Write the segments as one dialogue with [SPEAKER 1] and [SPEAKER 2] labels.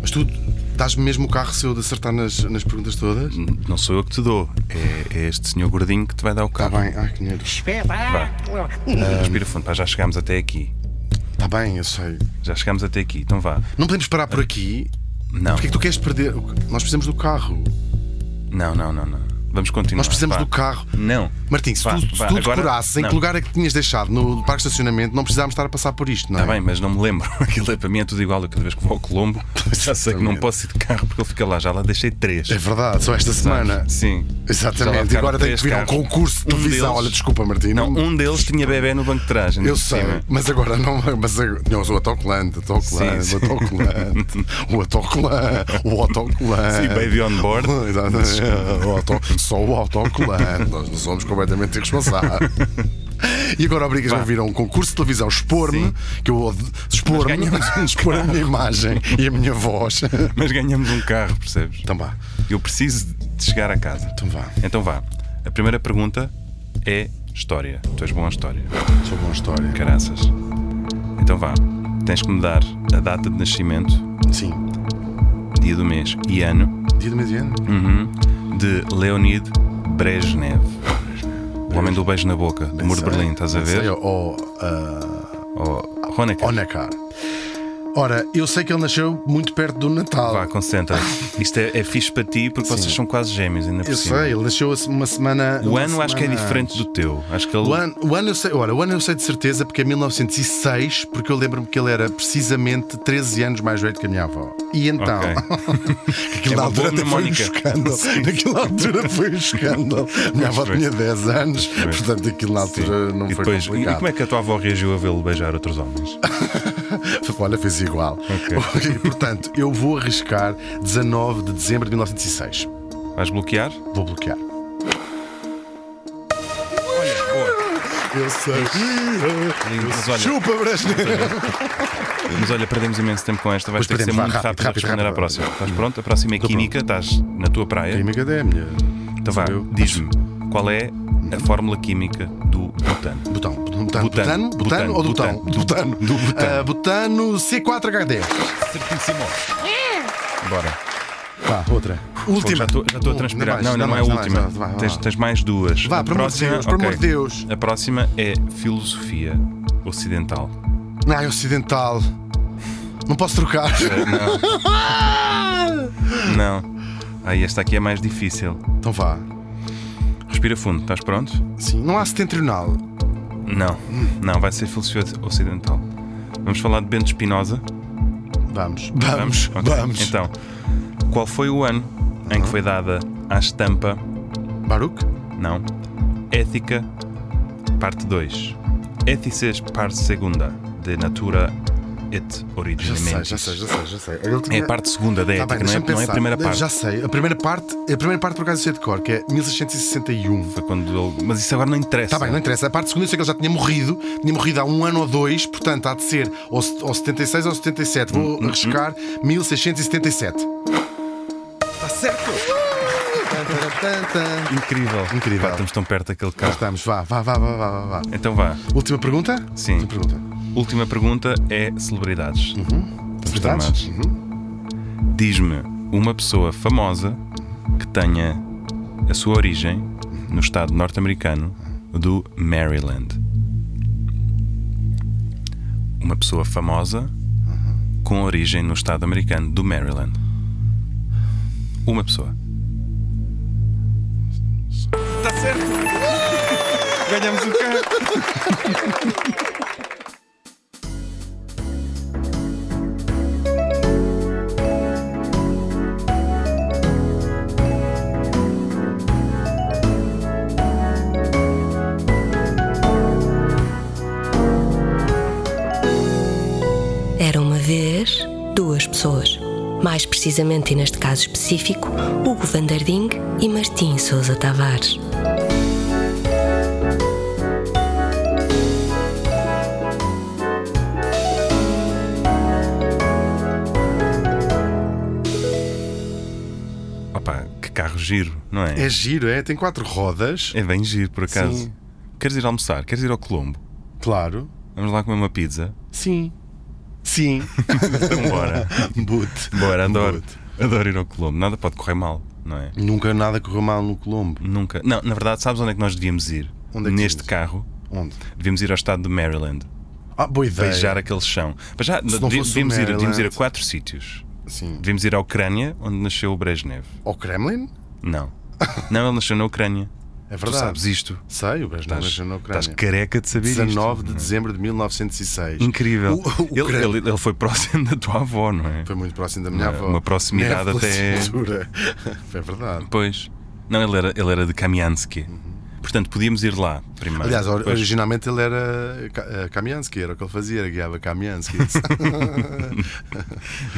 [SPEAKER 1] Mas tu dás-me mesmo o carro se eu de acertar nas, nas perguntas todas?
[SPEAKER 2] N- Não sou eu que te dou, é, é este senhor gordinho que te vai dar o
[SPEAKER 1] Está
[SPEAKER 2] carro. Ah,
[SPEAKER 1] bem, ai que nervos.
[SPEAKER 3] Espetáculo!
[SPEAKER 2] Respira fundo, pá, já chegámos até aqui.
[SPEAKER 1] Está Tá bem, eu sei.
[SPEAKER 2] Já chegámos até aqui, então vá.
[SPEAKER 1] Não podemos parar por aqui.
[SPEAKER 2] Não,
[SPEAKER 1] Porquê é que tu queres perder? o- Nós precisamos do carro.
[SPEAKER 2] não, não, não, não. Vamos continuar.
[SPEAKER 1] Nós precisamos
[SPEAKER 2] vá.
[SPEAKER 1] do carro.
[SPEAKER 2] Não.
[SPEAKER 1] Martim, se
[SPEAKER 2] Vá,
[SPEAKER 1] tu, se
[SPEAKER 2] vá,
[SPEAKER 1] tu
[SPEAKER 2] agora-
[SPEAKER 1] decorasse em
[SPEAKER 2] não.
[SPEAKER 1] que lugar é que tinhas deixado no parque de estacionamento, não precisávamos estar a passar por isto, não é?
[SPEAKER 2] Está Tá bem, mas não me lembro. Aquilo é, para mim é tudo igual. Eu cada vez que vou ao Colombo, já sei que não
[SPEAKER 1] Exatamente.
[SPEAKER 2] posso ir de carro porque ele fica lá. Já lá deixei três.
[SPEAKER 1] É verdade, só esta semana.
[SPEAKER 2] Sim. Já lá
[SPEAKER 1] Exatamente, e
[SPEAKER 2] ficaram
[SPEAKER 1] agora tenho
[SPEAKER 2] três
[SPEAKER 1] que vir a um
[SPEAKER 2] carros.
[SPEAKER 1] concurso de
[SPEAKER 2] Um
[SPEAKER 1] televisão.
[SPEAKER 2] deles-
[SPEAKER 1] Olha, desculpa, Martim.
[SPEAKER 2] Não,
[SPEAKER 1] não-
[SPEAKER 2] um deles tinha bebê no banco de trás. ainda
[SPEAKER 1] Eu
[SPEAKER 2] por
[SPEAKER 1] sei,
[SPEAKER 2] cima.
[SPEAKER 1] mas agora não. Mas agora, não, mas o autocolante, autocolante,
[SPEAKER 2] Sim, sim.
[SPEAKER 1] o autocolante, o autocolante, o autocolante.
[SPEAKER 2] Sim, baby on board.
[SPEAKER 1] É. Exatamente. O auto- só o autocolante. Nós não somos completamente irresponsáveis. E agora obrigas-me a vir a um concurso de televisão expor-me, que eu odeio- expor-me,
[SPEAKER 2] ganhamos um
[SPEAKER 1] expor a minha imagem e a minha voz.
[SPEAKER 2] Mas ganhamos um carro, percebes?
[SPEAKER 1] Então vá,
[SPEAKER 2] Eu preciso de chegar a casa.
[SPEAKER 1] então vá.
[SPEAKER 2] Então vá. A primeira pergunta é história. Tu és bom à história.
[SPEAKER 1] Sou boa história.
[SPEAKER 2] Caraças. Então vá. Tens que me dar a data de nascimento,
[SPEAKER 1] Sim.
[SPEAKER 2] dia do mês e ano
[SPEAKER 1] Dia do mediano?
[SPEAKER 2] uhum, de Leonid Brezhnev. O homem do beijo na boca, do muro de Berlim, estás a ver?
[SPEAKER 1] Ou. ah,
[SPEAKER 2] Oh, Honecker.
[SPEAKER 1] Onacar. Ora, eu sei que ele nasceu muito perto do Natal.
[SPEAKER 2] Vá, concentra-te. Isto é, é fixe para ti porque vocês são quase gêmeos ainda por
[SPEAKER 1] eu
[SPEAKER 2] cima.
[SPEAKER 1] sei, ele nasceu uma semana.
[SPEAKER 2] O
[SPEAKER 1] uma
[SPEAKER 2] ano acho que é
[SPEAKER 1] semana
[SPEAKER 2] diferente do teu. Acho que ele.
[SPEAKER 1] O ano, o ano eu sei, ora, o ano eu sei de certeza porque é 1906, porque eu lembro-me que ele era precisamente 13 anos mais velho que a minha avó. E então,
[SPEAKER 2] É
[SPEAKER 1] naquela
[SPEAKER 2] uma boa
[SPEAKER 1] altura até foi um
[SPEAKER 2] mnemónica.
[SPEAKER 1] escândalo. Naquela altura foi um escândalo. A minha avó
[SPEAKER 2] foi.
[SPEAKER 1] tinha 10 anos,
[SPEAKER 2] foi.
[SPEAKER 1] portanto aquilo na
[SPEAKER 2] Sim.
[SPEAKER 1] altura não
[SPEAKER 2] e
[SPEAKER 1] foi
[SPEAKER 2] depois, e,
[SPEAKER 1] complicado.
[SPEAKER 2] e como é que a tua avó reagiu a vê-lo beijar outros homens?
[SPEAKER 1] Olha, fez igual.
[SPEAKER 2] Ok.
[SPEAKER 1] E, portanto, eu vou arriscar 19 de dezembro de 1906.
[SPEAKER 2] Vais bloquear?
[SPEAKER 1] Vou bloquear.
[SPEAKER 2] Olha, boa.
[SPEAKER 1] Eu sei.
[SPEAKER 2] Lindo, Mas olha,
[SPEAKER 1] Chupa, brasileiro.
[SPEAKER 2] mas olha, perdemos imenso tempo com esta.
[SPEAKER 1] Mas
[SPEAKER 2] Vais ter que ser
[SPEAKER 1] perdemos, vá,
[SPEAKER 2] muito
[SPEAKER 1] rápido,
[SPEAKER 2] rápido, a
[SPEAKER 1] rápido,
[SPEAKER 2] responder à
[SPEAKER 1] rápido. Uhum.
[SPEAKER 2] próxima. Estás pronto? A próxima é química. Estás na tua praia.
[SPEAKER 1] Química da minha.
[SPEAKER 2] Então vá,
[SPEAKER 1] Eu-
[SPEAKER 2] diz-me qual é a fórmula química do butano.
[SPEAKER 1] Botão. Botão.
[SPEAKER 2] Botano.
[SPEAKER 1] Botano. Botano ou
[SPEAKER 2] Botano.
[SPEAKER 1] botão?
[SPEAKER 2] Botano. Do botano.
[SPEAKER 1] Ah, Botano C4HD.
[SPEAKER 2] Certíssimo. Bora.
[SPEAKER 1] Vá, outra.
[SPEAKER 2] Pô, Já
[SPEAKER 1] Última.
[SPEAKER 2] estou já estou a
[SPEAKER 1] Uh,
[SPEAKER 2] transpirar.
[SPEAKER 1] mais,
[SPEAKER 2] não, ainda não,
[SPEAKER 1] mais,
[SPEAKER 2] é a
[SPEAKER 1] mais,
[SPEAKER 2] última.
[SPEAKER 1] vá, vá,
[SPEAKER 2] tens,
[SPEAKER 1] vá.
[SPEAKER 2] tens mais duas.
[SPEAKER 1] Vá,
[SPEAKER 2] a
[SPEAKER 1] por amor de
[SPEAKER 2] próxima,
[SPEAKER 1] Deus, por amor
[SPEAKER 2] ok.
[SPEAKER 1] de Deus.
[SPEAKER 2] A próxima é filosofia ocidental.
[SPEAKER 1] Não, é ocidental. Não posso trocar.
[SPEAKER 2] É. Não. Aí esta aqui é mais difícil.
[SPEAKER 1] Então vá.
[SPEAKER 2] Respira fundo, estás pronto?
[SPEAKER 1] Sim, não há setentrional.
[SPEAKER 2] Não. Não, vai ser filosofia ocidental. Vamos falar de Bento Espinosa.
[SPEAKER 1] Vamos. Vamos.
[SPEAKER 2] Ok.
[SPEAKER 1] Vamos.
[SPEAKER 2] Então, qual foi o ano em que foi dada à estampa?
[SPEAKER 1] Baruch?
[SPEAKER 2] Não. Ética, parte 2. Étices, parte segunda. De natura et origine
[SPEAKER 1] Já sei,
[SPEAKER 2] mentis.
[SPEAKER 1] já sei, já sei, já sei. Eu
[SPEAKER 2] É
[SPEAKER 1] tinha-
[SPEAKER 2] a parte segunda
[SPEAKER 1] Tá
[SPEAKER 2] da ética,
[SPEAKER 1] bem,
[SPEAKER 2] não, é,
[SPEAKER 1] deixa-me
[SPEAKER 2] não é a
[SPEAKER 1] pensar.
[SPEAKER 2] primeira parte.
[SPEAKER 1] Já sei. A primeira parte, a primeira parte por acaso eu sei de cor, que é 1661.
[SPEAKER 2] Foi quando ele- Mas isso agora não interessa.
[SPEAKER 1] Está Tá bem, não interessa. A parte segunda eu sei que ele já tinha morrido, tinha morrido há um ano ou dois, portanto há de ser ou, se- ou 76 ou 77. Vou
[SPEAKER 2] Uhum.
[SPEAKER 1] arriscar 1677.
[SPEAKER 2] Está certo! Incrível.
[SPEAKER 1] Incrível.
[SPEAKER 2] Pá, estamos tão perto daquele
[SPEAKER 1] Já
[SPEAKER 2] carro.
[SPEAKER 1] estamos, vá, vá, vá, vá, vá, vá, vá.
[SPEAKER 2] Então vá.
[SPEAKER 1] Última pergunta?
[SPEAKER 2] Sim.
[SPEAKER 1] Última pergunta.
[SPEAKER 2] Última pergunta é celebridades.
[SPEAKER 1] Uhum.
[SPEAKER 2] Estamos
[SPEAKER 1] Verdades?
[SPEAKER 2] armados.
[SPEAKER 1] Uhum.
[SPEAKER 2] Diz-me uma pessoa famosa que tenha a sua origem no estado norte-americano do Maryland. Uma pessoa famosa com origem no estado americano do Maryland. Uma pessoa. Está Tá certo! Uh! Ganhamos o carro!
[SPEAKER 4] Era uma vez duas pessoas. Mais precisamente, e neste caso específico, Hugo Vanderding e Martim Sousa Tavares.
[SPEAKER 2] Opa, que carro giro, não é?
[SPEAKER 1] É giro, é? Tem quatro rodas.
[SPEAKER 2] É bem giro, por acaso.
[SPEAKER 1] Sim.
[SPEAKER 2] Queres ir almoçar? Queres ir ao Colombo?
[SPEAKER 1] Claro.
[SPEAKER 2] Vamos lá comer uma pizza?
[SPEAKER 1] Sim. Sim.
[SPEAKER 2] Então Bora.
[SPEAKER 1] Boot.
[SPEAKER 2] Bora, adoro.
[SPEAKER 1] Boot.
[SPEAKER 2] Adoro ir ao Colombo. Nada pode correr mal, não é?
[SPEAKER 1] Nunca nada correu mal no Colombo.
[SPEAKER 2] Nunca. Não, na verdade, sabes onde é que nós devíamos ir?
[SPEAKER 1] Onde é que
[SPEAKER 2] Neste
[SPEAKER 1] devíamos ir?
[SPEAKER 2] carro,
[SPEAKER 1] Onde?
[SPEAKER 2] devíamos ir ao estado de Maryland.
[SPEAKER 1] Ah, boa ideia.
[SPEAKER 2] Beijar aquele chão. Mas já
[SPEAKER 1] não
[SPEAKER 2] de-
[SPEAKER 1] fosse o
[SPEAKER 2] devíamos ir, devíamos ir a
[SPEAKER 1] Maryland.
[SPEAKER 2] quatro sítios.
[SPEAKER 1] Sim.
[SPEAKER 2] Devíamos ir à Ucrânia, onde nasceu o Brezhnev.
[SPEAKER 1] Ao Kremlin?
[SPEAKER 2] Não. Não, ele nasceu na Ucrânia.
[SPEAKER 1] É
[SPEAKER 2] Tu
[SPEAKER 1] verdade.
[SPEAKER 2] sabes isto.
[SPEAKER 1] Sei, o Brezhnev
[SPEAKER 2] Estás,
[SPEAKER 1] nasceu na
[SPEAKER 2] estás
[SPEAKER 1] Ucrânia.
[SPEAKER 2] careca de saber isto.
[SPEAKER 1] 19 de dezembro de 1906.
[SPEAKER 2] Incrível.
[SPEAKER 1] O- o
[SPEAKER 2] ele,
[SPEAKER 1] Ucrânia-
[SPEAKER 2] ele- ele foi próximo da tua avó, não é?
[SPEAKER 1] Foi muito próximo da minha
[SPEAKER 2] Uma-
[SPEAKER 1] avó.
[SPEAKER 2] uma proximidade
[SPEAKER 1] Nela
[SPEAKER 2] até-
[SPEAKER 1] cintura. É verdade.
[SPEAKER 2] Pois. Não, ele era, ele era de Kamiansky. Portanto, podíamos ir lá primeiro.
[SPEAKER 1] Uhum. Aliás, or-
[SPEAKER 2] Depois-
[SPEAKER 1] originalmente ele era Ka- eh, Kamiansky, era o que ele fazia, era guiava Kamiansky.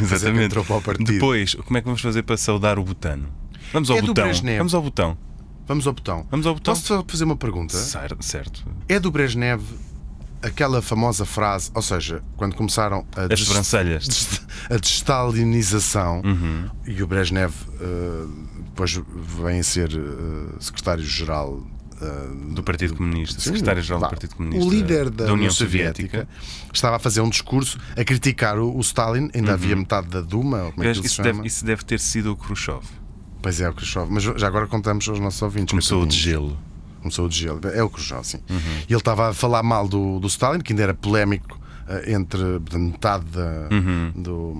[SPEAKER 2] Exatamente.
[SPEAKER 1] entrou para o partido.
[SPEAKER 2] Depois, como é que vamos fazer para saudar o Butano? Vamos ao
[SPEAKER 1] É do
[SPEAKER 2] botão.
[SPEAKER 1] Brezhnev.
[SPEAKER 2] Vamos ao botão.
[SPEAKER 1] Vamos ao botão.
[SPEAKER 2] Vamos ao botão.
[SPEAKER 1] Posso só fazer uma pergunta?
[SPEAKER 2] Cer- Certo.
[SPEAKER 1] É do Brezhnev aquela famosa frase, ou seja, quando começaram a,
[SPEAKER 2] As
[SPEAKER 1] des-
[SPEAKER 2] sobrancelhas.
[SPEAKER 1] des- a destalinização
[SPEAKER 2] Uhum.
[SPEAKER 1] e o Brezhnev eh, depois vem a ser eh, secretário-geral eh,
[SPEAKER 2] Do Partido Comunista,
[SPEAKER 1] Sim,
[SPEAKER 2] secretário-geral do
[SPEAKER 1] Hum, vá.
[SPEAKER 2] Partido Comunista.
[SPEAKER 1] O líder da,
[SPEAKER 2] União Soviética.
[SPEAKER 1] estava a fazer um discurso a criticar o, o Stalin, ainda havia
[SPEAKER 2] Uhum.
[SPEAKER 1] metade da Duma, ou como é que
[SPEAKER 2] Aliás,
[SPEAKER 1] ele se
[SPEAKER 2] isso,
[SPEAKER 1] chama?
[SPEAKER 2] deve, isso deve ter sido o Khrushchev.
[SPEAKER 1] Pois é, o Khrushchev. Mas já agora contamos aos nossos ouvintes.
[SPEAKER 2] Começou Uhum. o de
[SPEAKER 1] coitadinhos.
[SPEAKER 2] gelo.
[SPEAKER 1] Começou o de gelo. É o Khrushchev, sim. E ele estava a falar mal do, do Stalin, que ainda era polémico eh, entre portanto, metade da- do,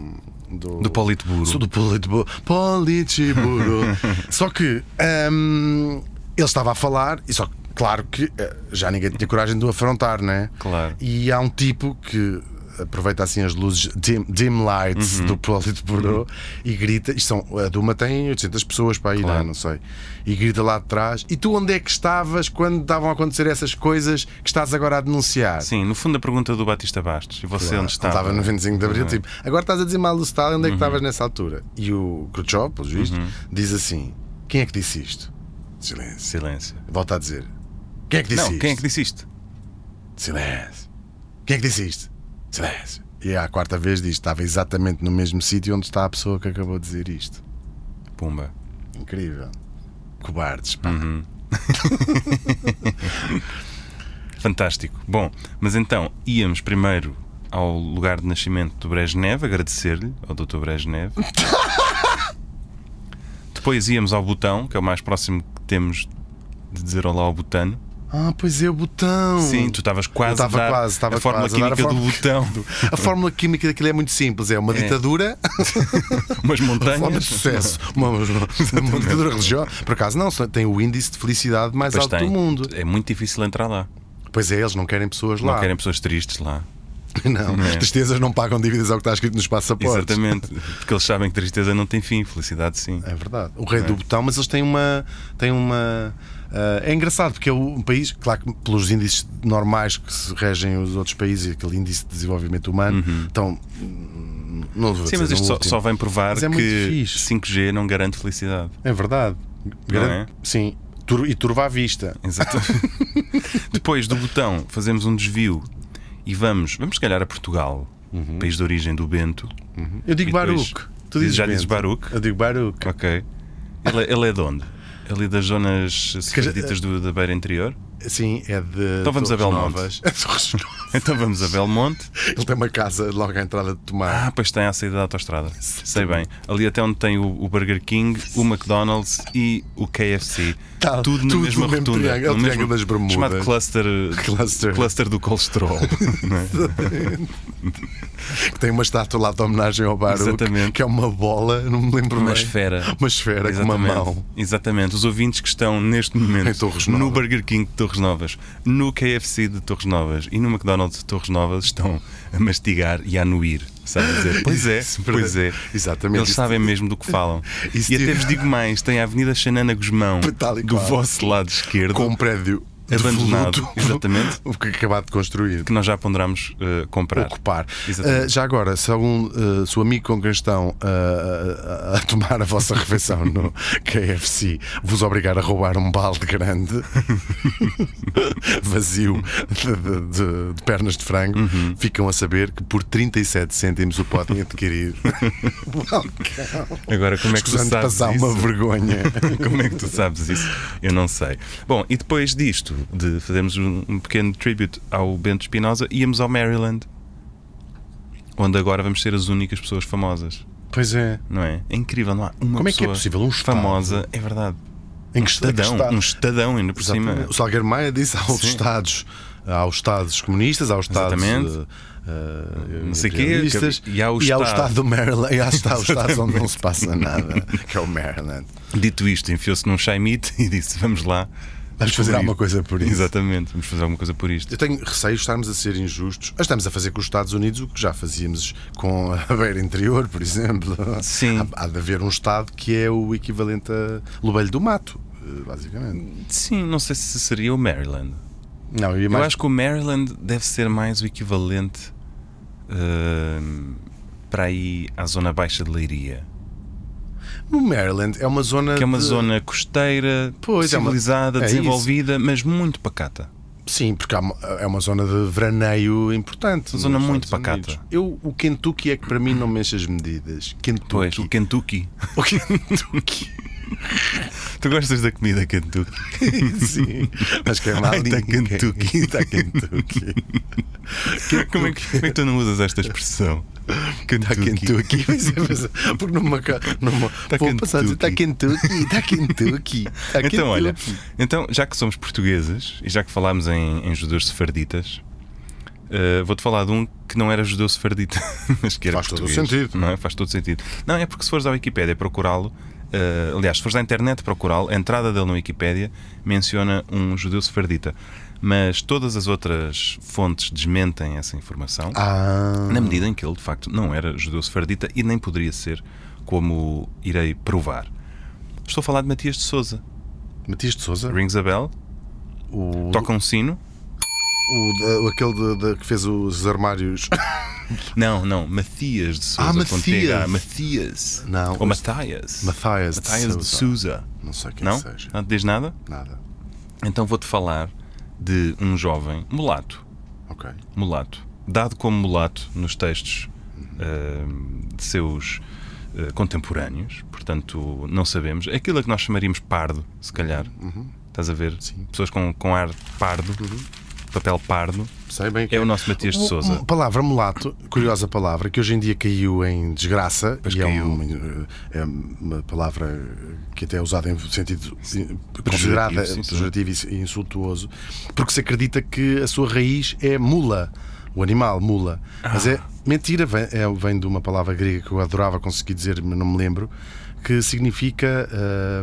[SPEAKER 1] do.
[SPEAKER 2] Uhum. Do Politburo.
[SPEAKER 1] Sou do Politburo. Politburo. só que hum, ele estava a falar, e só que, claro que eh, já ninguém tinha coragem de o afrontar, né?
[SPEAKER 2] Claro.
[SPEAKER 1] E há um tipo que aproveita assim as luzes dim, dim
[SPEAKER 2] Uhum.
[SPEAKER 1] lights do Politburo e grita. Isto são, a Duma tem 800 pessoas para ir,
[SPEAKER 2] Claro.
[SPEAKER 1] né? não sei. E grita lá de trás: E tu onde é que estavas quando estavam a acontecer essas coisas que estás agora a denunciar?
[SPEAKER 2] Sim, no fundo a pergunta do Batista Bastos. E você
[SPEAKER 1] Claro,
[SPEAKER 2] onde estava?
[SPEAKER 1] Estava no 25 de Abril,
[SPEAKER 2] Uhum.
[SPEAKER 1] tipo, agora estás a dizer mal do Stalin, onde é que estavas nessa altura? E o Khrushchev, pelo juiz,
[SPEAKER 2] Uhum.
[SPEAKER 1] diz assim: quem é que disse isto? Silêncio.
[SPEAKER 2] Silêncio.
[SPEAKER 1] Volta a dizer: quem é que disse
[SPEAKER 2] Não,
[SPEAKER 1] isto?
[SPEAKER 2] quem é que disse isto?
[SPEAKER 1] Silêncio. Quem é que disse isto? Silêncio. E à quarta vez diz: estava exatamente no mesmo sítio onde está a pessoa que acabou de dizer isto.
[SPEAKER 2] Pumba.
[SPEAKER 1] Incrível. Cobardes, pá.
[SPEAKER 2] Hum. Fantástico. Bom, mas então íamos primeiro ao lugar de nascimento do Brezhnev, agradecer-lhe ao Dr. Brezhnev. Depois íamos ao Butão, que é o mais próximo que temos de dizer olá ao Butano.
[SPEAKER 1] Ah, pois é, o botão.
[SPEAKER 2] Sim, tu estavas quase
[SPEAKER 1] estava
[SPEAKER 2] a dar
[SPEAKER 1] quase, estava
[SPEAKER 2] a fórmula
[SPEAKER 1] quase a dar a
[SPEAKER 2] química do
[SPEAKER 1] fórmula-
[SPEAKER 2] Butão,
[SPEAKER 1] A fórmula química daquilo é muito simples: é uma ditadura.
[SPEAKER 2] umas
[SPEAKER 1] Fome
[SPEAKER 2] montanhas.
[SPEAKER 1] de sucesso, uma, uma, uma ditadura religiosa. Por acaso não, só tem o índice de felicidade mais
[SPEAKER 2] Pois
[SPEAKER 1] alto
[SPEAKER 2] tem.
[SPEAKER 1] do mundo.
[SPEAKER 2] É muito difícil entrar lá.
[SPEAKER 1] Pois é, eles não querem pessoas lá.
[SPEAKER 2] Não querem pessoas tristes lá.
[SPEAKER 1] Não,
[SPEAKER 2] Não é.
[SPEAKER 1] as tristezas não pagam dívidas ao que está escrito nos passaportes.
[SPEAKER 2] Exatamente. Porque eles sabem que tristeza não tem fim, felicidade sim.
[SPEAKER 1] É verdade. O rei do botão, mas eles têm uma. Têm uma ah, é engraçado porque é um país, claro que pelos índices normais que se regem os outros países, aquele índice de desenvolvimento humano, então. hum, Não vou
[SPEAKER 2] Uhum. Sim,
[SPEAKER 1] dizer
[SPEAKER 2] mas
[SPEAKER 1] no
[SPEAKER 2] isto só,
[SPEAKER 1] último.
[SPEAKER 2] só vem provar
[SPEAKER 1] Mas é muito
[SPEAKER 2] que
[SPEAKER 1] fixe.
[SPEAKER 2] 5G não garante felicidade.
[SPEAKER 1] É verdade.
[SPEAKER 2] é?
[SPEAKER 1] Sim. Tur- E turva à vista.
[SPEAKER 2] Exato. Depois do botão, fazemos um desvio e vamos, vamos se calhar a Portugal,
[SPEAKER 1] Uhum.
[SPEAKER 2] país de origem do Bento.
[SPEAKER 1] Eu digo
[SPEAKER 2] E depois-
[SPEAKER 1] Baruque. Tu
[SPEAKER 2] já
[SPEAKER 1] Bento.
[SPEAKER 2] dizes Baruque?
[SPEAKER 1] Eu digo Baruque.
[SPEAKER 2] Ok. Ele, é- ele é de onde? Ali das zonas
[SPEAKER 1] calhar-
[SPEAKER 2] secreditas do, da beira interior.
[SPEAKER 1] Sim, é de.
[SPEAKER 2] Então vamos a
[SPEAKER 1] Torres
[SPEAKER 2] Belmonte.
[SPEAKER 1] Novas. É Torres Novas.
[SPEAKER 2] Então vamos a Belmonte.
[SPEAKER 1] Ele tem uma casa logo à entrada de Tomar.
[SPEAKER 2] Ah, pois tem à saída da autostrada. Sei bem. Ali até onde tem o, o Burger King, o McDonald's e o KFC.
[SPEAKER 1] Tá,
[SPEAKER 2] tudo na
[SPEAKER 1] tudo
[SPEAKER 2] mesma
[SPEAKER 1] no mesmo
[SPEAKER 2] rotunda.
[SPEAKER 1] triângulo, é o
[SPEAKER 2] no mesmo-
[SPEAKER 1] triângulo das Bermudas.
[SPEAKER 2] Chamado cluster,
[SPEAKER 1] Cluster.
[SPEAKER 2] cluster do colesterol. não é?
[SPEAKER 1] Tem uma estátua lá de homenagem ao Baruque.
[SPEAKER 2] Ah. Exatamente.
[SPEAKER 1] Que é uma bola, não me lembro
[SPEAKER 2] Uma
[SPEAKER 1] bem.
[SPEAKER 2] esfera.
[SPEAKER 1] Uma esfera com uma mão.
[SPEAKER 2] Exatamente. Os ouvintes que estão neste momento
[SPEAKER 1] Em Torres
[SPEAKER 2] no
[SPEAKER 1] Novas.
[SPEAKER 2] Burger King de Torres Novas, no KFC de Torres Novas e no McDonald's de Torres Novas estão a mastigar e a anuir. Sabe dizer? Pois é,
[SPEAKER 1] Isso,
[SPEAKER 2] pois é.
[SPEAKER 1] Exatamente.
[SPEAKER 2] Eles
[SPEAKER 1] Isso-
[SPEAKER 2] sabem mesmo do que falam.
[SPEAKER 1] Isso
[SPEAKER 2] e até
[SPEAKER 1] tira-
[SPEAKER 2] vos digo mais: tem a Avenida Xanana Guzmão
[SPEAKER 1] Tal e
[SPEAKER 2] do
[SPEAKER 1] qual.
[SPEAKER 2] vosso lado esquerdo.
[SPEAKER 1] Com um prédio
[SPEAKER 2] Abandonado,
[SPEAKER 1] devoluto,
[SPEAKER 2] exatamente.
[SPEAKER 1] O que é acabado de construir.
[SPEAKER 2] Que nós já ponderámos eh, comprar.
[SPEAKER 1] Ocupar.
[SPEAKER 2] Exatamente.
[SPEAKER 1] Ah, já agora, se algum ah, seu amigo com quem estão ah, a, a tomar a vossa refeição no KFC vos obrigar a roubar um balde grande vazio de, de- de- de pernas de frango,
[SPEAKER 2] Uhum.
[SPEAKER 1] ficam a saber que por 37 cêntimos o podem adquirir.
[SPEAKER 2] Agora, como é que tu
[SPEAKER 1] Escusando de
[SPEAKER 2] sabes
[SPEAKER 1] passar
[SPEAKER 2] isso?
[SPEAKER 1] uma vergonha.
[SPEAKER 2] Como é que tu sabes isso? Eu não sei. Bom, e depois disto, de fazermos um, um pequeno tribute ao Bento Espinosa, íamos ao Maryland. onde agora vamos ser as únicas pessoas famosas,
[SPEAKER 1] Pois é.
[SPEAKER 2] não é? É incrível, não há uma
[SPEAKER 1] Como é que é
[SPEAKER 2] pessoa
[SPEAKER 1] possível? Um Estado?
[SPEAKER 2] famosa, é verdade.
[SPEAKER 1] Em que
[SPEAKER 2] Estadão,
[SPEAKER 1] estado?
[SPEAKER 2] um estadão ainda por
[SPEAKER 1] Exatamente.
[SPEAKER 2] cima.
[SPEAKER 1] O Salgueiro Maia disse aos
[SPEAKER 2] Sim.
[SPEAKER 1] Estados. Há os Estados comunistas, há os Estados.
[SPEAKER 2] Exatamente.
[SPEAKER 1] eh, eh,
[SPEAKER 2] Não sei quê,
[SPEAKER 1] imperialistas,
[SPEAKER 2] que- e há o Estado.
[SPEAKER 1] do Maryland. E há, está, os Estados onde não se passa nada, que é o Maryland.
[SPEAKER 2] Dito isto, enfiou-se num chaimite e disse: Vamos lá.
[SPEAKER 1] Vamos fazer
[SPEAKER 2] descobrir."
[SPEAKER 1] alguma coisa por isso.
[SPEAKER 2] Exatamente, vamos fazer alguma coisa por isto.
[SPEAKER 1] Eu tenho receio de estarmos a ser injustos. Mas Estamos a fazer com os Estados Unidos o que já fazíamos com a beira interior, por exemplo.
[SPEAKER 2] Sim.
[SPEAKER 1] Há, há de haver um Estado que é o equivalente a Lobelho do Mato, eh, basicamente.
[SPEAKER 2] Sim, não sei se seria o Maryland.
[SPEAKER 1] Não, eu ia
[SPEAKER 2] Eu
[SPEAKER 1] mais-
[SPEAKER 2] acho que o Maryland deve ser mais o equivalente hum, para aí à zona baixa de Leiria.
[SPEAKER 1] O Maryland é uma zona.
[SPEAKER 2] Que é uma
[SPEAKER 1] de-
[SPEAKER 2] zona costeira,
[SPEAKER 1] Pois, é uma-
[SPEAKER 2] civilizada,
[SPEAKER 1] é isso.
[SPEAKER 2] desenvolvida, mas muito pacata.
[SPEAKER 1] Sim, porque há uma- é uma zona de veraneio importante.
[SPEAKER 2] Uma zona
[SPEAKER 1] nos
[SPEAKER 2] muito
[SPEAKER 1] Estados
[SPEAKER 2] pacata.
[SPEAKER 1] Unidos. Eu, o Kentucky é que para mim não mexe as medidas. Kentucky.
[SPEAKER 2] Pois, o Kentucky.
[SPEAKER 1] O Kentucky.
[SPEAKER 2] Tu gostas da comida Kentucky?
[SPEAKER 1] Sim. Mas que é mal.
[SPEAKER 2] Ai, tá Kentucky. Tá
[SPEAKER 1] Está Kentucky.
[SPEAKER 2] Como é, que, como é que tu não usas esta expressão?
[SPEAKER 1] Está Tá Kentucky. Pois é, pois é. Porque numa. ca- numa
[SPEAKER 2] Tá
[SPEAKER 1] vou passar a dizer, Está
[SPEAKER 2] Kentucky.
[SPEAKER 1] Kentucky. Está Kentucky. Tá
[SPEAKER 2] Então, olha,
[SPEAKER 1] Kentucky.
[SPEAKER 2] então, já que somos portugueses e já que falámos em, em judeus sefarditas, eh, vou-te falar de um que não era judeu sefardita, mas que era
[SPEAKER 1] Faz todo o
[SPEAKER 2] português.
[SPEAKER 1] sentido.
[SPEAKER 2] Não é? Faz todo sentido. Não, é porque se fores à Wikipédia procurá-lo, eh, aliás, se fores à internet procurá-lo, a entrada dele na Wikipédia menciona um judeu sefardita. Mas todas as outras fontes desmentem essa informação.
[SPEAKER 1] Ah.
[SPEAKER 2] Na medida em que ele de facto não era judeu sefardita e nem poderia ser, como irei provar. Estou a falar de Matias de Souza.
[SPEAKER 1] Matias de Souza.
[SPEAKER 2] Rings a bell,
[SPEAKER 1] O,
[SPEAKER 2] toca um sino.
[SPEAKER 1] o, o- aquele de- de- que fez os armários.
[SPEAKER 2] Não, não, Matias de Souza.
[SPEAKER 1] Ah,
[SPEAKER 2] com
[SPEAKER 1] Matias.
[SPEAKER 2] TH. Matias.
[SPEAKER 1] Não,
[SPEAKER 2] Ou
[SPEAKER 1] este-
[SPEAKER 2] Matias.
[SPEAKER 1] Matias de
[SPEAKER 2] Matias de Souza.
[SPEAKER 1] Não sei quem
[SPEAKER 2] Não?
[SPEAKER 1] seja.
[SPEAKER 2] Não te diz nada?
[SPEAKER 1] Nada.
[SPEAKER 2] Então vou-te falar de um jovem mulato.
[SPEAKER 1] Ok.
[SPEAKER 2] mulato. Dado como mulato nos textos ah, de seus ah, contemporâneos, portanto, não sabemos. É Aquilo a que nós chamaríamos pardo, se calhar. Estás a ver?
[SPEAKER 1] Uhum. Sim. Uhum.
[SPEAKER 2] Pessoas com, com ar pardo, papel pardo.
[SPEAKER 1] Sei bem que
[SPEAKER 2] É o nosso Matias de
[SPEAKER 1] Mu-
[SPEAKER 2] Souza.
[SPEAKER 1] mu- Um, Palavra mulato, curiosa palavra, que hoje em dia caiu em desgraça
[SPEAKER 2] Pois
[SPEAKER 1] e É,
[SPEAKER 2] caiu.
[SPEAKER 1] uma, é uma palavra que até é usada em sentido eh, considerada
[SPEAKER 2] sim, sim.
[SPEAKER 1] pejorativo e e insultuoso, porque se acredita que a sua raiz é mula, o animal mula. Mas
[SPEAKER 2] Ah.
[SPEAKER 1] é mentira, vem, é- vem de uma palavra grega que eu adorava conseguir dizer, mas não me lembro. Que significa ah,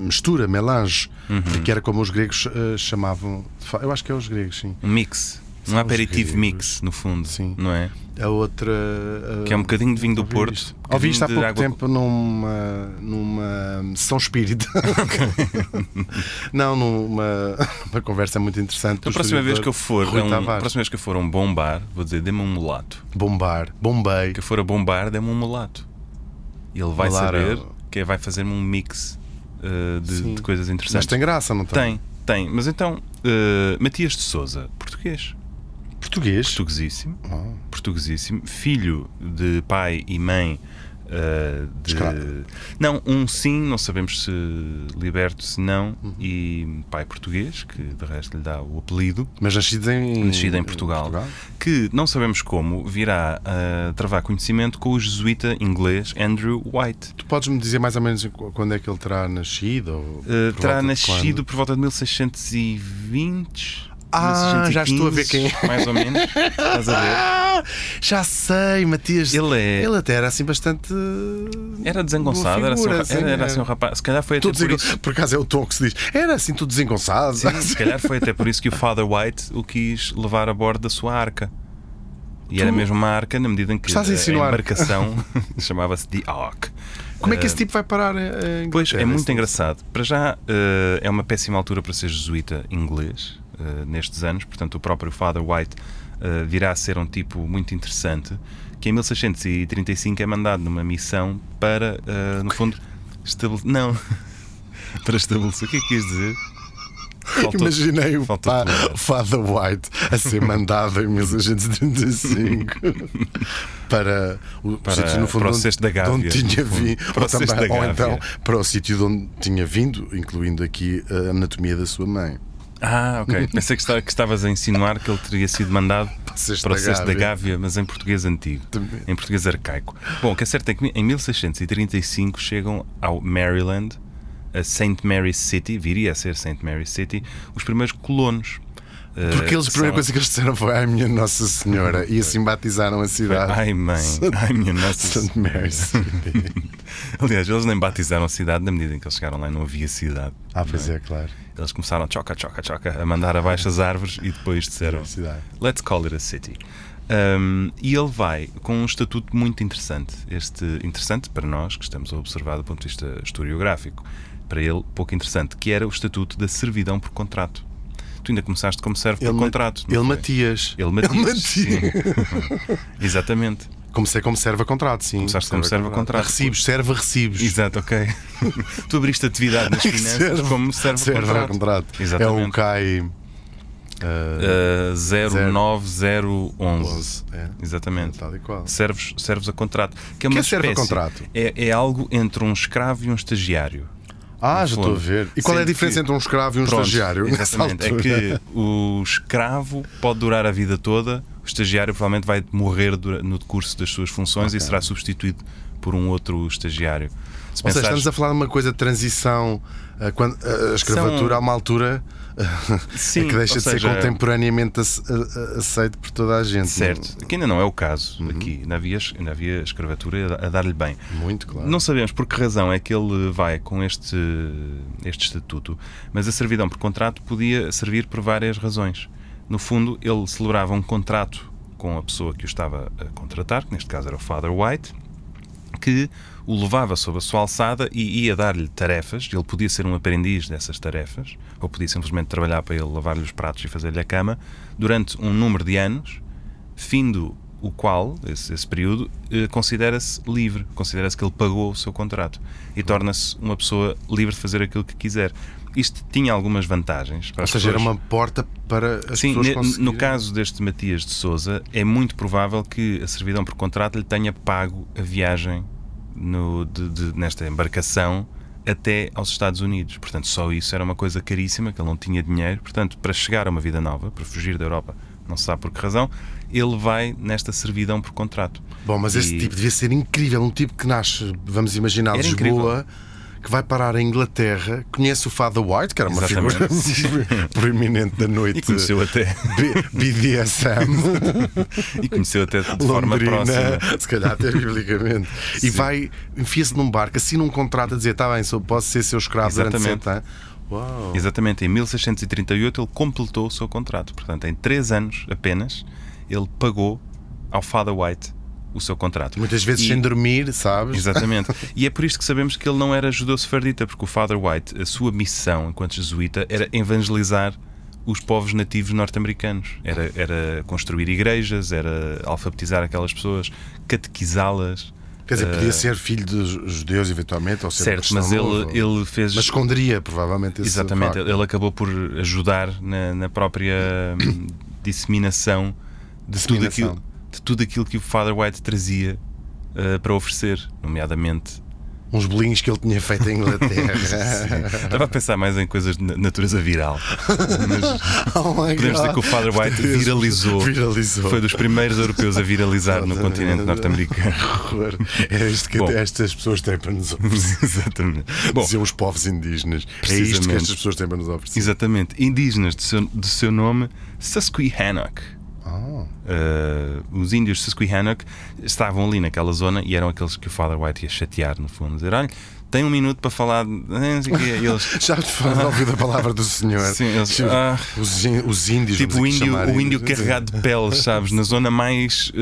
[SPEAKER 1] mistura, melange,
[SPEAKER 2] Uhum.
[SPEAKER 1] que era como os gregos ah, chamavam. de fa- Eu acho que é os gregos, sim.
[SPEAKER 2] Um mix. Um
[SPEAKER 1] os
[SPEAKER 2] aperitivo
[SPEAKER 1] gregos.
[SPEAKER 2] mix, no fundo.
[SPEAKER 1] Sim.
[SPEAKER 2] Não é?
[SPEAKER 1] A outra. ah,
[SPEAKER 2] Que é um bocadinho de vinho do
[SPEAKER 1] ouvi
[SPEAKER 2] Porto.
[SPEAKER 1] isto.
[SPEAKER 2] um
[SPEAKER 1] Ouvi
[SPEAKER 2] bocadinho
[SPEAKER 1] isto há
[SPEAKER 2] de
[SPEAKER 1] pouco
[SPEAKER 2] água-
[SPEAKER 1] tempo numa, numa sessão espírita. Não, numa uma conversa muito interessante.
[SPEAKER 2] A
[SPEAKER 1] do
[SPEAKER 2] próxima vez que eu for,
[SPEAKER 1] historiador
[SPEAKER 2] a
[SPEAKER 1] Rui
[SPEAKER 2] um, a
[SPEAKER 1] Tavares.
[SPEAKER 2] próxima vez que eu for a um bom bar, vou dizer, dê-me um mulato.
[SPEAKER 1] Bombar, Bombay.
[SPEAKER 2] que for a bombar, dê-me um mulato. E ele vai
[SPEAKER 1] Malar,
[SPEAKER 2] saber
[SPEAKER 1] ó.
[SPEAKER 2] que vai fazer-me um mix uh, de,
[SPEAKER 1] é Sim.
[SPEAKER 2] de coisas
[SPEAKER 1] Mas
[SPEAKER 2] interessantes.
[SPEAKER 1] tem graça, não tem?
[SPEAKER 2] tem, tem. Mas então, uh, Matias de Souza, português.
[SPEAKER 1] Português.
[SPEAKER 2] Portuguesíssimo.
[SPEAKER 1] Oh,
[SPEAKER 2] Portuguesíssimo. Filho de pai e mãe. uh, de...
[SPEAKER 1] Escravo.
[SPEAKER 2] Não, um sim, não sabemos se liberto, se não,
[SPEAKER 1] Uhum.
[SPEAKER 2] e pai português, que de resto lhe dá o apelido
[SPEAKER 1] Mas nascido em.
[SPEAKER 2] nascida em Portugal, que não sabemos como virá a travar conhecimento com o jesuíta inglês Andrew White. Ah,
[SPEAKER 1] Tu podes-me dizer mais ou menos qu- quando é que ele terá nascido? ou
[SPEAKER 2] Uh,
[SPEAKER 1] por
[SPEAKER 2] terá
[SPEAKER 1] volta de
[SPEAKER 2] nascido
[SPEAKER 1] quando?
[SPEAKER 2] por volta de 1620.
[SPEAKER 1] Ah,
[SPEAKER 2] 1615,
[SPEAKER 1] já estou a ver quem é.
[SPEAKER 2] Mais ou menos. Estás a ver?
[SPEAKER 1] Ah, já sei, Matias.
[SPEAKER 2] Ele é-
[SPEAKER 1] Ele até era assim bastante.
[SPEAKER 2] Era desengonçado,
[SPEAKER 1] boa
[SPEAKER 2] era, assim, um
[SPEAKER 1] figura,
[SPEAKER 2] ra-
[SPEAKER 1] assim,
[SPEAKER 2] era, era
[SPEAKER 1] era.
[SPEAKER 2] assim um rapaz. Se calhar foi até
[SPEAKER 1] Tudo
[SPEAKER 2] por
[SPEAKER 1] desengon-
[SPEAKER 2] isso.
[SPEAKER 1] Por acaso é o tom que se diz. Era assim, tudo desengonçado.
[SPEAKER 2] Sim, se calhar foi até por isso que o Father White o quis levar a bordo da sua arca. E era mesmo uma arca na medida em que
[SPEAKER 1] Estás a insinuar-
[SPEAKER 2] embarcação chamava-se The Ark.
[SPEAKER 1] Como é que esse tipo vai parar em assim. em
[SPEAKER 2] Pois, é
[SPEAKER 1] Inglaterra?
[SPEAKER 2] muito engraçado. Para já, eh, é uma péssima altura para ser jesuíta inglês eh, nestes anos, portanto, o próprio Father White eh, virá a ser um tipo muito interessante que em 1635 é mandado numa missão para, eh, no fundo, estabelecer. Não, para estabelecer. O que é que quis dizer? Faltou-
[SPEAKER 1] Imaginei o
[SPEAKER 2] faltou
[SPEAKER 1] pá,
[SPEAKER 2] colher.
[SPEAKER 1] Father White a ser mandado em 1635 para o
[SPEAKER 2] Para-
[SPEAKER 1] sítio no fundo
[SPEAKER 2] para o
[SPEAKER 1] onde,
[SPEAKER 2] cesto da
[SPEAKER 1] de onde
[SPEAKER 2] Gávea,
[SPEAKER 1] tinha
[SPEAKER 2] no fundo.
[SPEAKER 1] vindo,
[SPEAKER 2] Para o
[SPEAKER 1] ou,
[SPEAKER 2] cesto
[SPEAKER 1] também-
[SPEAKER 2] da
[SPEAKER 1] ou
[SPEAKER 2] Gávea.
[SPEAKER 1] então para o sítio de onde tinha vindo, incluindo aqui a anatomia eh, da sua mãe.
[SPEAKER 2] Ah, ok. Pensei que, está- que estavas a insinuar que ele teria sido mandado para o
[SPEAKER 1] cesto
[SPEAKER 2] cesto,
[SPEAKER 1] da
[SPEAKER 2] da
[SPEAKER 1] Gávea.
[SPEAKER 2] Gávea, mas em português antigo,
[SPEAKER 1] Também.
[SPEAKER 2] em português arcaico. Bom, o que é certo é que em 1635 chegam ao Maryland, a St. Mary's City, viria a ser St. Mary's City, os primeiros colonos. Eh,
[SPEAKER 1] Porque eles, a primeira
[SPEAKER 2] são-
[SPEAKER 1] coisa que eles disseram foi Ai, minha Nossa Senhora. E assim batizaram a cidade.
[SPEAKER 2] Ai, mãe, ai, minha nossa.
[SPEAKER 1] St. Mary's.
[SPEAKER 2] Aliás, eles nem batizaram a cidade na medida em que eles chegaram lá e não havia cidade.
[SPEAKER 1] ah, pois é, claro.
[SPEAKER 2] Eles começaram choca, choca, choca a mandar abaixo as árvores e depois disseram
[SPEAKER 1] Cidade.
[SPEAKER 2] Let's call it a city. Um, e ele vai com um estatuto muito interessante. Este interessante para nós que estamos a observar do ponto de vista historiográfico. Para ele, pouco interessante, que era o estatuto da servidão por contrato. Tu ainda começaste como servo por
[SPEAKER 1] Ma-
[SPEAKER 2] É contrato. não
[SPEAKER 1] ele
[SPEAKER 2] foi?
[SPEAKER 1] Matias.
[SPEAKER 2] Ele Matias.
[SPEAKER 1] Ele Matias.
[SPEAKER 2] sim. Exatamente.
[SPEAKER 1] Comecei como serva contrato, sim.
[SPEAKER 2] Começaste como servo a contrato.
[SPEAKER 1] Recibos, serva recibos.
[SPEAKER 2] Exato, ok. tu abriste atividade nas finanças
[SPEAKER 1] Servo-
[SPEAKER 2] como servo por
[SPEAKER 1] serva a
[SPEAKER 2] contrato.
[SPEAKER 1] contrato. É
[SPEAKER 2] Exatamente.
[SPEAKER 1] o CAI
[SPEAKER 2] Uh, 09011.
[SPEAKER 1] 11. É.
[SPEAKER 2] Exatamente.
[SPEAKER 1] Tal e qual.
[SPEAKER 2] Servos, servos a contrato. Que
[SPEAKER 1] O
[SPEAKER 2] é
[SPEAKER 1] que
[SPEAKER 2] uma
[SPEAKER 1] é servo a
[SPEAKER 2] espécie-
[SPEAKER 1] contrato?
[SPEAKER 2] É, é algo entre um escravo e um estagiário.
[SPEAKER 1] Ah,
[SPEAKER 2] no
[SPEAKER 1] já
[SPEAKER 2] fundo.
[SPEAKER 1] estou a ver. E qual é a
[SPEAKER 2] Sendo
[SPEAKER 1] diferença
[SPEAKER 2] que-
[SPEAKER 1] entre um escravo e um
[SPEAKER 2] Pronto,
[SPEAKER 1] estagiário? nessa
[SPEAKER 2] Exatamente. É
[SPEAKER 1] altura?
[SPEAKER 2] que o escravo pode durar a vida toda, o estagiário provavelmente vai morrer dura- no curso das suas funções e será substituído por um outro estagiário. Se
[SPEAKER 1] Ou seja,
[SPEAKER 2] pensares-
[SPEAKER 1] estamos a falar de uma coisa de transição. ah, Quando, ah, a escravatura,
[SPEAKER 2] São-
[SPEAKER 1] há uma altura é
[SPEAKER 2] Sim,
[SPEAKER 1] que deixa
[SPEAKER 2] ou
[SPEAKER 1] de ser
[SPEAKER 2] seja,
[SPEAKER 1] contemporaneamente ace- a- a- aceito por toda a gente.
[SPEAKER 2] Certo, que ainda não é o caso
[SPEAKER 1] Uhum.
[SPEAKER 2] aqui. Ainda havia, ainda havia escravatura a a dar-lhe bem.
[SPEAKER 1] Muito claro.
[SPEAKER 2] Não sabemos por que razão é que ele vai com este, este estatuto, mas a servidão por contrato podia servir por várias razões. No fundo, ele celebrava um contrato com a pessoa que o estava a contratar, que neste caso era o Father White, que o levava sob a sua alçada e ia dar-lhe tarefas. Ele podia ser um aprendiz dessas tarefas, ou podia simplesmente trabalhar para ele, lavar-lhe os pratos e fazer-lhe a cama, durante um número de anos, findo o qual, esse, esse período, eh, considera-se livre, considera-se que ele pagou o seu contrato e torna-se uma pessoa livre de fazer aquilo que quiser. Isto tinha algumas vantagens. Para
[SPEAKER 1] Ou
[SPEAKER 2] as
[SPEAKER 1] seja, era
[SPEAKER 2] pessoas.
[SPEAKER 1] uma porta para as
[SPEAKER 2] Sim,
[SPEAKER 1] pessoas
[SPEAKER 2] ne-
[SPEAKER 1] conseguirem.
[SPEAKER 2] no caso deste Matias de Souza, é muito provável que a servidão por contrato lhe tenha pago a viagem no- de- de- nesta embarcação até aos Estados Unidos. Portanto, só isso era uma coisa caríssima, que ele não tinha dinheiro. Portanto, para chegar a uma vida nova, para fugir da Europa, não se sabe por que razão, ele vai nesta servidão por contrato.
[SPEAKER 1] Bom, mas esse
[SPEAKER 2] E-
[SPEAKER 1] tipo devia ser incrível. Um tipo que nasce, vamos imaginar,
[SPEAKER 2] Era
[SPEAKER 1] Lisboa, que vai parar à Inglaterra, conhece o Father White, que era uma
[SPEAKER 2] Exatamente.
[SPEAKER 1] figura proeminente da noite.
[SPEAKER 2] E conheceu até,
[SPEAKER 1] B- BDSM
[SPEAKER 2] e conheceu até de forma
[SPEAKER 1] Londrina,
[SPEAKER 2] próxima.
[SPEAKER 1] se calhar até biblicamente, e vai, enfia-se num barco, assina um contrato a dizer: está bem, só posso ser seu escravo durante
[SPEAKER 2] Exatamente.
[SPEAKER 1] 70 anos. Uau!
[SPEAKER 2] Exatamente, em 1638 ele completou o seu contrato. Portanto, em três anos apenas, ele pagou ao Father White o seu contrato.
[SPEAKER 1] Muitas vezes
[SPEAKER 2] E-
[SPEAKER 1] sem dormir, sabes?
[SPEAKER 2] Exatamente. E é por isto que sabemos que ele não era judeu-sefardita, porque o Father White, a sua missão enquanto jesuíta, era evangelizar os povos nativos norte-americanos. Era, era construir igrejas, era alfabetizar aquelas pessoas, catequizá-las.
[SPEAKER 1] Quer dizer, podia ser filho dos judeus, eventualmente, ou ser
[SPEAKER 2] Eh, Certo,
[SPEAKER 1] cristão
[SPEAKER 2] mas ele,
[SPEAKER 1] novo.
[SPEAKER 2] ele fez.
[SPEAKER 1] Mas esconderia, provavelmente, esse
[SPEAKER 2] Exatamente,
[SPEAKER 1] facto.
[SPEAKER 2] ele acabou por ajudar na, na própria hum, disseminação, de, Tudo
[SPEAKER 1] Disseminação.
[SPEAKER 2] aquilo, de tudo aquilo que o Father White trazia uh, para oferecer, nomeadamente.
[SPEAKER 1] Uns bolinhos que ele tinha feito em Inglaterra.
[SPEAKER 2] Estava a pensar mais em coisas de na- natureza viral.
[SPEAKER 1] Oh my
[SPEAKER 2] Podemos
[SPEAKER 1] God.
[SPEAKER 2] dizer que o Father White
[SPEAKER 1] Deus.
[SPEAKER 2] viralizou.
[SPEAKER 1] Viralizou.
[SPEAKER 2] Foi dos primeiros europeus a viralizar no continente norte-americano.
[SPEAKER 1] Horror. É isto que
[SPEAKER 2] Bom.
[SPEAKER 1] estas pessoas têm para nos oferecer.
[SPEAKER 2] Exatamente. Bom,
[SPEAKER 1] Diziam os povos indígenas. É isto que
[SPEAKER 2] Precisamente.
[SPEAKER 1] estas pessoas têm para nos oferecer.
[SPEAKER 2] exatamente. Indígenas de seu, de seu nome, Susquehannock.
[SPEAKER 1] Ah.
[SPEAKER 2] Uh, os índios Susquehannock estavam ali naquela zona e eram aqueles que o Father White ia chatear, no fundo, dizer: Olha, tem um minuto para falar. de- não sei o quê." E eles.
[SPEAKER 1] Já te falei ouvido a palavra do Senhor.
[SPEAKER 2] Sim, eles-
[SPEAKER 1] Tipo,
[SPEAKER 2] ah.
[SPEAKER 1] os, in- os índios.
[SPEAKER 2] Tipo o
[SPEAKER 1] vamos aqui
[SPEAKER 2] índio,
[SPEAKER 1] chamar
[SPEAKER 2] o índio
[SPEAKER 1] índios.
[SPEAKER 2] carregado de peles, sabes? Na zona mais. uh,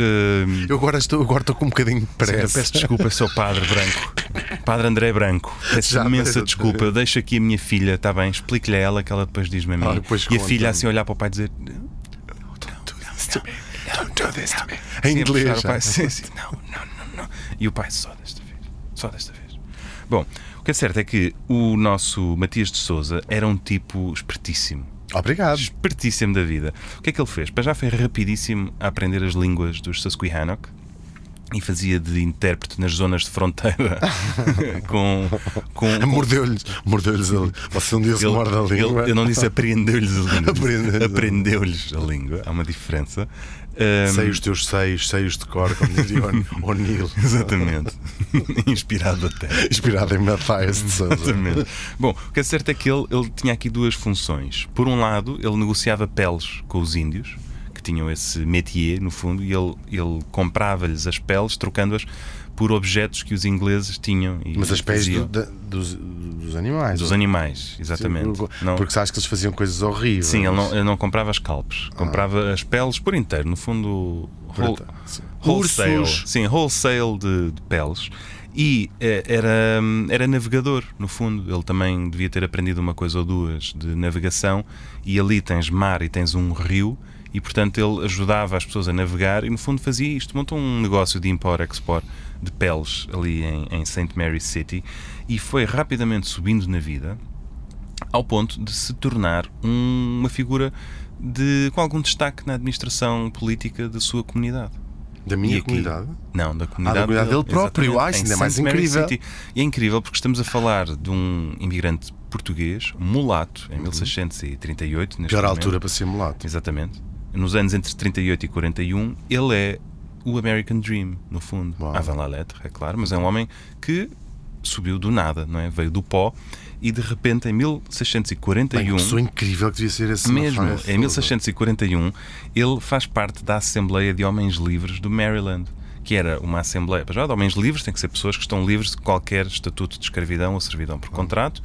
[SPEAKER 1] Eu agora estou, agora estou com um bocadinho de
[SPEAKER 2] Eu
[SPEAKER 1] pressa.
[SPEAKER 2] peço desculpa, seu padre branco. Padre André Branco, peço
[SPEAKER 1] Já,
[SPEAKER 2] imensa
[SPEAKER 1] mas-
[SPEAKER 2] desculpa. Eu deixo aqui a minha filha, está bem? Explique-lhe a ela que ela depois diz-me a mim.
[SPEAKER 1] Ah, depois
[SPEAKER 2] e a
[SPEAKER 1] conta-me.
[SPEAKER 2] filha assim olhar para o pai e dizer.
[SPEAKER 1] Don't do this to me. Em
[SPEAKER 2] Sim, a puxar
[SPEAKER 1] inglês. né?
[SPEAKER 2] o pai. Sim, sim. Não, não, não, não. E o pai, só desta vez. Só desta vez. Bom, o que é certo é que o nosso Matias de Souza era um tipo espertíssimo.
[SPEAKER 1] Obrigado.
[SPEAKER 2] Espertíssimo da vida. O que é que ele fez? Para já foi rapidíssimo a aprender as línguas dos Susquehannock. e fazia de intérprete nas zonas de fronteira com, com,
[SPEAKER 1] Mordeu-lhes, mordeu-lhes ali. Você um dia se morde a língua.
[SPEAKER 2] É ele- eu não disse apreendeu-lhes a língua.
[SPEAKER 1] Apreendeu-lhes.
[SPEAKER 2] Aprendeu-lhes a língua. Há uma diferença. Ahm,
[SPEAKER 1] Sei os teus seios, seios de cor, como dizia o- o Neil.
[SPEAKER 2] Exatamente. Inspirado até.
[SPEAKER 1] Inspirado em Matthias de Souza.
[SPEAKER 2] Exatamente. Bom, o que é certo é que ele, ele tinha aqui duas funções. Por um lado, ele negociava peles com os índios, que tinham esse métier, no fundo, e ele, ele comprava-lhes as peles, trocando-as por objetos que os ingleses tinham. e
[SPEAKER 1] Mas as pés do-
[SPEAKER 2] faziam.
[SPEAKER 1] da- dos, dos animais.
[SPEAKER 2] dos animais, exatamente.
[SPEAKER 1] Porque,
[SPEAKER 2] Não-
[SPEAKER 1] porque sabes que eles faziam coisas horríveis.
[SPEAKER 2] Sim, ele não, ele não comprava as
[SPEAKER 1] Ah.
[SPEAKER 2] calpes, comprava as peles por inteiro, no fundo, whole-
[SPEAKER 1] Pronto, sim.
[SPEAKER 2] wholesale.
[SPEAKER 1] Ursos.
[SPEAKER 2] Sim, wholesale de, de peles. E eh, era, hum, era navegador, no fundo. Ele também devia ter aprendido uma coisa ou duas de navegação. E ali tens mar e tens um rio. E portanto ele ajudava as pessoas a navegar e no fundo fazia isto. Montou um negócio de import-export de peles ali em, em St. Mary City. E foi rapidamente subindo na vida ao ponto de se tornar um- uma figura de, com algum destaque na administração política da sua comunidade.
[SPEAKER 1] Da
[SPEAKER 2] E
[SPEAKER 1] minha
[SPEAKER 2] aqui-
[SPEAKER 1] comunidade. Ah,
[SPEAKER 2] Não, da comunidade,
[SPEAKER 1] comunidade dele próprio.
[SPEAKER 2] exatamente,
[SPEAKER 1] Ah, isso
[SPEAKER 2] em
[SPEAKER 1] ainda é
[SPEAKER 2] St.
[SPEAKER 1] mais
[SPEAKER 2] Mary's
[SPEAKER 1] incrível.
[SPEAKER 2] City. E é incrível porque estamos a falar de um imigrante português, mulato, em 1638. neste
[SPEAKER 1] Uhum. Pior
[SPEAKER 2] momento.
[SPEAKER 1] altura para ser mulato.
[SPEAKER 2] Exatamente. Nos anos entre 38 e 41, ele é o American Dream, no fundo.
[SPEAKER 1] Uau.
[SPEAKER 2] Avant la lettre, é claro, mas é um homem que subiu do nada, não é? Veio do pó e de repente em
[SPEAKER 1] Bem, que
[SPEAKER 2] 1641.
[SPEAKER 1] pessoa incrível que devia ser esse
[SPEAKER 2] Mesmo, é
[SPEAKER 1] Matthias de
[SPEAKER 2] em
[SPEAKER 1] Sousa.
[SPEAKER 2] 1641, ele faz parte da Assembleia de Homens Livres do Maryland, que era uma assembleia, para já, de homens livres, tem que ser pessoas que estão livres de qualquer estatuto de escravidão ou servidão por contrato,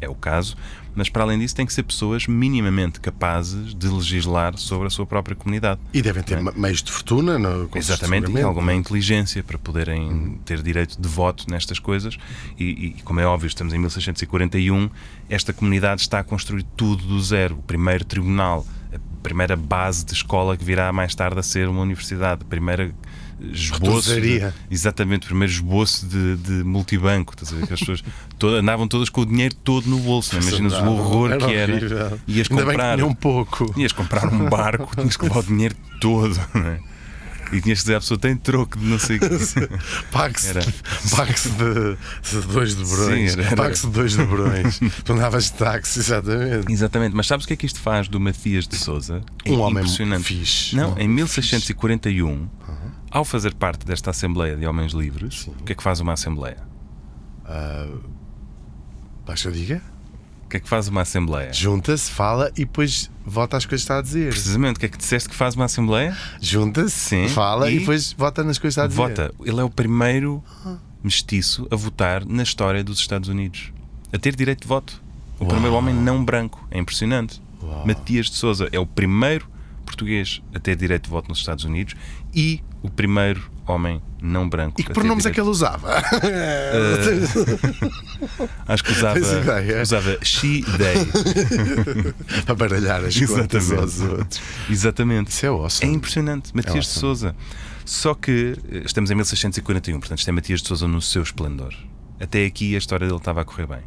[SPEAKER 2] é o caso, mas para além disso tem que ser pessoas minimamente capazes de legislar sobre a sua própria comunidade.
[SPEAKER 1] E devem ter ma- meios de fortuna, não? é? com-
[SPEAKER 2] Exatamente, e
[SPEAKER 1] seguramente.
[SPEAKER 2] alguma inteligência para poderem ter direito de voto nestas coisas. E, e, como é óbvio, estamos em 1641, esta comunidade está a construir tudo do zero. O primeiro tribunal, a primeira base de escola que virá mais tarde a ser uma universidade, a primeira esboço. de-
[SPEAKER 1] Retorceria.
[SPEAKER 2] exatamente, o primeiro esboço de, de multibanco. Estás a ver que as pessoas todas- andavam todas com o dinheiro todo no bolso, não é? imaginas o horror
[SPEAKER 1] Era
[SPEAKER 2] que era.
[SPEAKER 1] horrível.
[SPEAKER 2] Ias
[SPEAKER 1] Ainda bem que
[SPEAKER 2] comprar
[SPEAKER 1] tinha um pouco.
[SPEAKER 2] Tinhas que comprar um barco, tinhas que levar o dinheiro todo, não é? E tinhas que dizer à pessoa: tem troco de não sei o que.
[SPEAKER 1] Pague-se
[SPEAKER 2] Era.
[SPEAKER 1] pague-se de, de dois de brões.
[SPEAKER 2] Sim, era-
[SPEAKER 1] Pague-se de dois de brões. tu andavas de táxi, exatamente.
[SPEAKER 2] Exatamente, mas sabes o que é que isto faz do Matias de Souza? É
[SPEAKER 1] Um homem
[SPEAKER 2] impressionante.
[SPEAKER 1] fixe.
[SPEAKER 2] Não,
[SPEAKER 1] Um
[SPEAKER 2] em 1641, ao fazer parte desta Assembleia de Homens Livres, o que é que faz uma Assembleia?
[SPEAKER 1] Baixa diga.
[SPEAKER 2] O que é que faz uma Assembleia?
[SPEAKER 1] Junta-se, fala e depois vota às coisas que está a dizer.
[SPEAKER 2] Precisamente, o que é que disseste que faz uma Assembleia? Sim.
[SPEAKER 1] Junta-se, fala e...
[SPEAKER 2] E-
[SPEAKER 1] depois vota nas coisas que está a dizer.
[SPEAKER 2] Vota. Ele é o primeiro mestiço a votar na história dos Estados Unidos. A ter direito de voto. O primeiro homem não branco. É impressionante. Matias de Souza é o primeiro português a ter direito de voto nos Estados Unidos e o primeiro homem não branco.
[SPEAKER 1] E
[SPEAKER 2] a
[SPEAKER 1] que
[SPEAKER 2] ter
[SPEAKER 1] pronomes é que
[SPEAKER 2] direito-
[SPEAKER 1] ele usava?
[SPEAKER 2] Acho que usava,
[SPEAKER 1] Tens ideia?
[SPEAKER 2] usava she, they.
[SPEAKER 1] a baralhar as contas aos outros.
[SPEAKER 2] Exatamente.
[SPEAKER 1] Isso é
[SPEAKER 2] É
[SPEAKER 1] awesome.
[SPEAKER 2] impressionante, Matias de Souza. Só que eh, estamos em 1641, portanto, isto é Matias de Souza no seu esplendor. Até aqui a história dele estava a correr bem.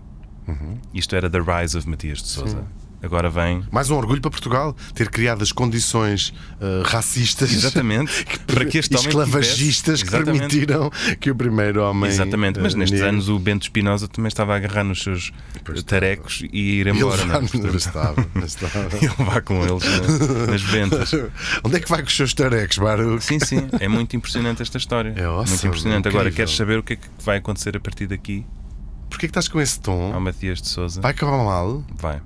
[SPEAKER 1] Uhum.
[SPEAKER 2] Isto era The Rise of Matias de Souza. Agora vem.
[SPEAKER 1] Mais um orgulho para Portugal ter criado as condições eh, racistas
[SPEAKER 2] Exatamente. para que este
[SPEAKER 1] e
[SPEAKER 2] homem
[SPEAKER 1] esclavagistas
[SPEAKER 2] tivesse-
[SPEAKER 1] que
[SPEAKER 2] Exatamente.
[SPEAKER 1] permitiram que o primeiro homem.
[SPEAKER 2] Exatamente, mas
[SPEAKER 1] eh,
[SPEAKER 2] nestes
[SPEAKER 1] negro-
[SPEAKER 2] anos o Bento Espinosa também estava a agarrar nos seus
[SPEAKER 1] Pois
[SPEAKER 2] eh, tarecos e ir
[SPEAKER 1] Ele
[SPEAKER 2] embora.
[SPEAKER 1] já
[SPEAKER 2] não
[SPEAKER 1] não
[SPEAKER 2] é? Portanto,
[SPEAKER 1] estava, não estava.
[SPEAKER 2] ele vá com eles na- nas ventas.
[SPEAKER 1] Onde é que vai com os seus tarecos, Baruch?
[SPEAKER 2] Sim, sim, é muito impressionante esta história.
[SPEAKER 1] É awesome,
[SPEAKER 2] muito impressionante. Agora,
[SPEAKER 1] incrível.
[SPEAKER 2] queres saber o que é que vai acontecer a partir daqui
[SPEAKER 1] Porquê que estás com esse
[SPEAKER 2] ao
[SPEAKER 1] tom?
[SPEAKER 2] Matias de Souza?
[SPEAKER 1] Vai acabar mal?
[SPEAKER 2] Vai.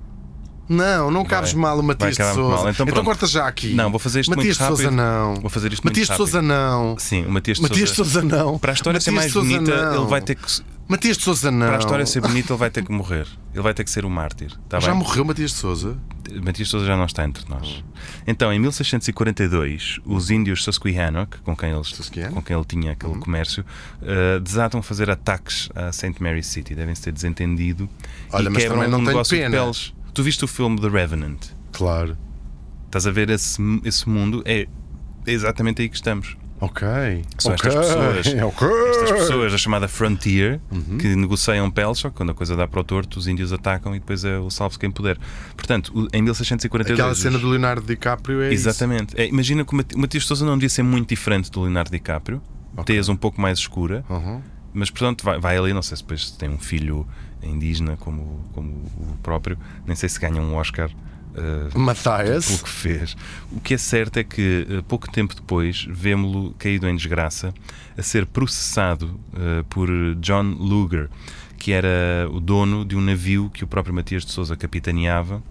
[SPEAKER 1] Não, não cabes mal o Matias de
[SPEAKER 2] acabar muito
[SPEAKER 1] Souza.
[SPEAKER 2] mal. Então pronto.
[SPEAKER 1] corta já aqui.
[SPEAKER 2] Não, vou fazer isto
[SPEAKER 1] Matias
[SPEAKER 2] muito
[SPEAKER 1] de Souza
[SPEAKER 2] rápido.
[SPEAKER 1] não.
[SPEAKER 2] Vou fazer isto muito
[SPEAKER 1] Matias de
[SPEAKER 2] rápido.
[SPEAKER 1] Souza não.
[SPEAKER 2] Sim, o Matias de
[SPEAKER 1] Matias de
[SPEAKER 2] Souza.
[SPEAKER 1] Souza não.
[SPEAKER 2] Para a história ser
[SPEAKER 1] Matias
[SPEAKER 2] mais
[SPEAKER 1] de Souza,
[SPEAKER 2] bonita,
[SPEAKER 1] não.
[SPEAKER 2] ele vai ter que. se-
[SPEAKER 1] Matias de Souza não.
[SPEAKER 2] Para a história ser bonita, ele vai ter que morrer. Ele vai ter que ser o mártir. Tá
[SPEAKER 1] Já
[SPEAKER 2] bem?
[SPEAKER 1] morreu Matias de Souza?
[SPEAKER 2] Matias de Souza já não está entre nós. Então, em 1642, os índios Susquehannock, com quem eles
[SPEAKER 1] Susquehanna?
[SPEAKER 2] com quem ele tinha
[SPEAKER 1] Uhum.
[SPEAKER 2] aquele comércio, eh, desatam a fazer ataques a St. Mary's City. Devem-se ter desentendido.
[SPEAKER 1] Olha,
[SPEAKER 2] e
[SPEAKER 1] mas
[SPEAKER 2] quebram
[SPEAKER 1] também não
[SPEAKER 2] um
[SPEAKER 1] tenho
[SPEAKER 2] negócio de
[SPEAKER 1] pena.
[SPEAKER 2] peles. Tu viste o filme The Revenant?
[SPEAKER 1] Claro.
[SPEAKER 2] Estás a ver esse, esse mundo? É é exatamente aí que estamos.
[SPEAKER 1] Ok.
[SPEAKER 2] São
[SPEAKER 1] Ok.
[SPEAKER 2] estas pessoas.
[SPEAKER 1] Ok.
[SPEAKER 2] Estas pessoas, a chamada Frontier,
[SPEAKER 1] Uhum.
[SPEAKER 2] que negociam peles, só que quando a coisa dá para o torto, os índios atacam e depois é o salve-se quem puder. Portanto, o- em 1642.
[SPEAKER 1] Aquela
[SPEAKER 2] os-
[SPEAKER 1] cena do Leonardo DiCaprio é isso.
[SPEAKER 2] Exatamente. É, imagina que o Mati- o Matias Souza não devia ser muito diferente do Leonardo DiCaprio. tez um pouco mais escura,
[SPEAKER 1] Uhum.
[SPEAKER 2] mas portanto vai, vai ali, não sei se depois tem um filho indígena como, como o próprio, nem sei se ganha um Oscar eh, pelo
[SPEAKER 1] Matthias.
[SPEAKER 2] que fez. O que é certo é que eh, pouco tempo depois vemo-lo caído em desgraça a ser processado eh, por John Luger, que era o dono de um navio que o próprio Matias de Souza capitaneava,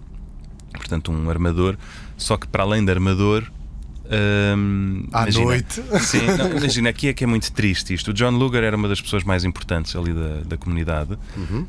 [SPEAKER 2] portanto um armador, só que para além de armador. ehm,
[SPEAKER 1] À
[SPEAKER 2] imagina-
[SPEAKER 1] noite.
[SPEAKER 2] Sim, não, imagina, aqui é que é muito triste isto. O John Luger era uma das pessoas mais importantes ali da, da comunidade.
[SPEAKER 1] Uhum.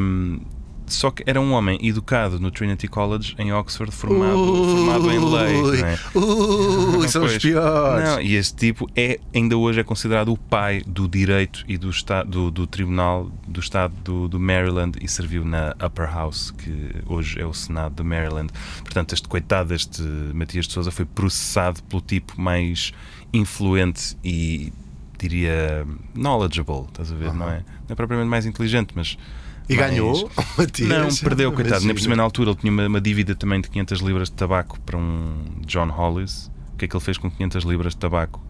[SPEAKER 2] Um, só que era um homem educado no Trinity College em Oxford, formado, formado Tipo, em leis. não é?
[SPEAKER 1] Ui, ui, são os
[SPEAKER 2] Pois.
[SPEAKER 1] piores.
[SPEAKER 2] Não, e este tipo é, ainda hoje é considerado o pai do direito e do, esta, do, do Tribunal do Estado do, do Maryland e serviu na Upper House, que hoje é o Senado do Maryland. Portanto, este coitado, este Matias de Souza, foi processado pelo tipo mais influente e diria knowledgeable, estás a ver, não é? Não é propriamente mais inteligente, mas.
[SPEAKER 1] E
[SPEAKER 2] mais-
[SPEAKER 1] ganhou, Matias.
[SPEAKER 2] não, perdeu, coitado.
[SPEAKER 1] Imagina.
[SPEAKER 2] Nem por cima, na altura, ele tinha uma, uma dívida também de 500 libras de tabaco para um John Hollis. O que é que ele fez com 500 libras de tabaco?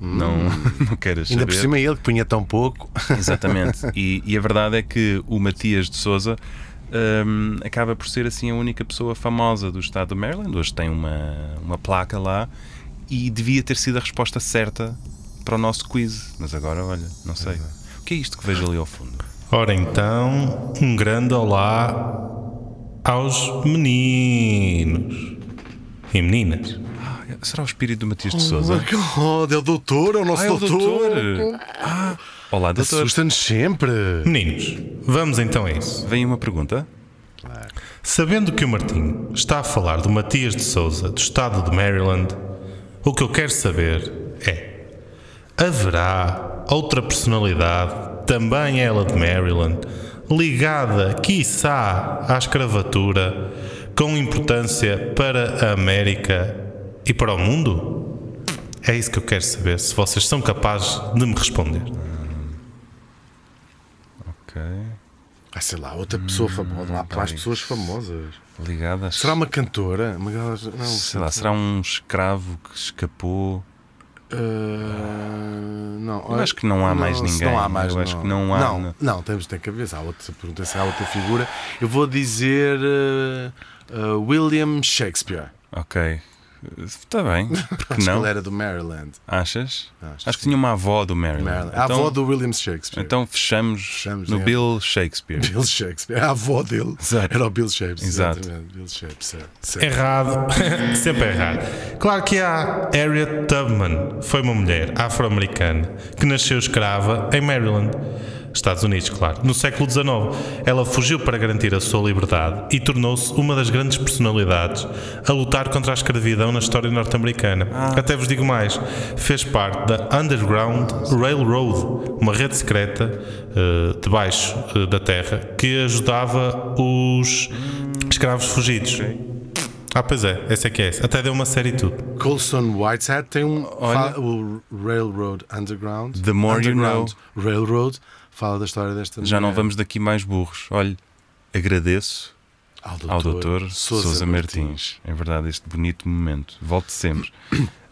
[SPEAKER 2] Não, não queres
[SPEAKER 1] Hum. Ainda
[SPEAKER 2] saber.
[SPEAKER 1] por cima ele que punha tão pouco.
[SPEAKER 2] Exatamente. E, e a verdade é que o Matias de Souza hum, acaba por ser assim a única pessoa famosa do estado do Maryland. Hoje tem uma, uma placa lá e devia ter sido a resposta certa para o nosso quiz. Mas agora, olha, não sei. O que é isto que vejo ali ao fundo?
[SPEAKER 3] Ora então, um grande olá aos meninos e meninas.
[SPEAKER 2] Ah, Será o espírito do Matias de Souza?
[SPEAKER 1] Oh, é o doutor, é o nosso
[SPEAKER 2] Ah, é o doutor. Ah, Olá, doutor.
[SPEAKER 1] Assusta-nos sempre.
[SPEAKER 3] Meninos, vamos então a isso.
[SPEAKER 2] Vem uma pergunta.
[SPEAKER 3] Sabendo que o Martim está a falar do Matias de Souza, do estado de Maryland, o que eu quero saber é: haverá outra personalidade, também ela de Maryland, ligada, quiçá, à escravatura, com importância para a América e para o mundo? É isso que eu quero saber, se vocês são capazes de me responder.
[SPEAKER 2] Ok.
[SPEAKER 1] Ah, sei lá, outra pessoa famosa. Lá para as pessoas famosas.
[SPEAKER 2] Ligada. a-
[SPEAKER 1] tá Será um uma cantora? Uma... Não,
[SPEAKER 2] Sei lá, será um escravo que escapou?
[SPEAKER 1] Ah, não,
[SPEAKER 2] Eu acho que não há mais
[SPEAKER 1] se
[SPEAKER 2] ninguém.
[SPEAKER 1] Não há mais,
[SPEAKER 2] Eu acho que não há,
[SPEAKER 1] Não,
[SPEAKER 2] né?
[SPEAKER 1] não temos de ter cabeça. Há outra pergunta se há outra figura. Eu vou dizer ah, ah, William Shakespeare.
[SPEAKER 2] Ok. Está bem. Porque
[SPEAKER 1] Acho que
[SPEAKER 2] não?
[SPEAKER 1] ele era do Maryland.
[SPEAKER 2] Achas?
[SPEAKER 1] Acho
[SPEAKER 2] Acho,
[SPEAKER 1] que
[SPEAKER 2] que tinha uma avó do Maryland.
[SPEAKER 1] Maryland.
[SPEAKER 2] Então,
[SPEAKER 1] a avó do William Shakespeare.
[SPEAKER 2] então fechamos,
[SPEAKER 1] Fechamos,
[SPEAKER 2] no
[SPEAKER 1] é.
[SPEAKER 2] Bill Shakespeare.
[SPEAKER 1] Bill Shakespeare. A avó dele
[SPEAKER 2] Exato.
[SPEAKER 1] era o Bill Shakespeare.
[SPEAKER 2] Exato.
[SPEAKER 1] exatamente. Bill Shakespeare. certo.
[SPEAKER 3] é Errado, sempre é errado. Claro que há Harriet Tubman, foi uma mulher afro-americana que nasceu escrava em Maryland, Estados Unidos, claro, no século XIX. Ela fugiu para garantir a sua liberdade e tornou-se uma das grandes personalidades a lutar contra a escravidão na história norte-americana. Até vos digo mais, fez parte da Underground Railroad, uma rede secreta eh, debaixo eh, da terra que ajudava os escravos fugidos. Ah, pois é, essa é que é essa. Até deu uma série e tudo.
[SPEAKER 1] Colson Whitehead tem um
[SPEAKER 2] Olha.
[SPEAKER 1] fa- o Railroad Underground.
[SPEAKER 2] The more you
[SPEAKER 1] Underground Railroad fala da história desta
[SPEAKER 2] Já não
[SPEAKER 1] mulher.
[SPEAKER 2] vamos daqui mais burros. Olha, agradeço
[SPEAKER 1] ao doutor,
[SPEAKER 2] ao doutor
[SPEAKER 1] Sousa
[SPEAKER 2] Sousa, Martins. É verdade, este bonito momento. Volte sempre.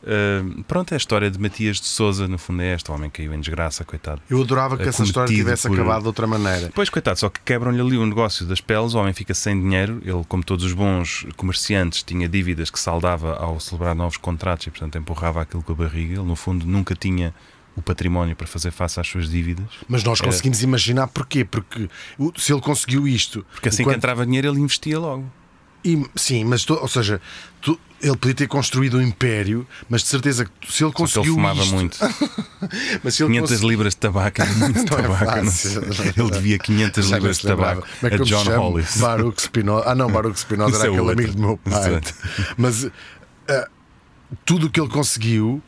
[SPEAKER 2] Ah, pronto, é a história de Matias de Souza, no fundo é esta. O homem caiu em desgraça, coitado.
[SPEAKER 1] Eu adorava que essa história
[SPEAKER 2] Acometido
[SPEAKER 1] tivesse
[SPEAKER 2] por-
[SPEAKER 1] acabado de outra maneira.
[SPEAKER 2] Pois, coitado, só que quebram-lhe ali o negócio das peles, o homem fica sem dinheiro. Ele, como todos os bons comerciantes, tinha dívidas que saldava ao celebrar novos contratos e, portanto, empurrava aquilo com a barriga. Ele, no fundo, nunca tinha o património para fazer face às suas dívidas.
[SPEAKER 1] Mas
[SPEAKER 2] É.
[SPEAKER 1] nós conseguimos imaginar porquê. Porque o- se ele conseguiu isto.
[SPEAKER 2] Porque assim que
[SPEAKER 1] enquanto-
[SPEAKER 2] entrava dinheiro, ele investia logo.
[SPEAKER 1] e- sim, mas tu- ou seja, tu- ele podia ter construído um império, mas de certeza que tu- se ele
[SPEAKER 2] Só que ele
[SPEAKER 1] conseguiu.
[SPEAKER 2] fumava
[SPEAKER 1] isto-
[SPEAKER 2] muito.
[SPEAKER 1] Mas se ele
[SPEAKER 2] 500
[SPEAKER 1] conseguiu-
[SPEAKER 2] libras de tabaco era muito
[SPEAKER 1] Não é
[SPEAKER 2] tabaco. eu não
[SPEAKER 1] fácil,
[SPEAKER 2] sei.
[SPEAKER 1] não é
[SPEAKER 2] ele
[SPEAKER 1] verdade.
[SPEAKER 2] devia 500
[SPEAKER 1] Já nem
[SPEAKER 2] libras
[SPEAKER 1] se
[SPEAKER 2] de tabaco
[SPEAKER 1] lembrava. Como é que
[SPEAKER 2] a
[SPEAKER 1] eu me
[SPEAKER 2] John
[SPEAKER 1] chamo?
[SPEAKER 2] Hollis.
[SPEAKER 1] Baruch Spinoza. Ah, não, Baruch Spinoza
[SPEAKER 2] Isso
[SPEAKER 1] era
[SPEAKER 2] é
[SPEAKER 1] aquele
[SPEAKER 2] outro.
[SPEAKER 1] amigo do meu pai.
[SPEAKER 2] Exato.
[SPEAKER 1] Mas ah, tudo o que ele conseguiu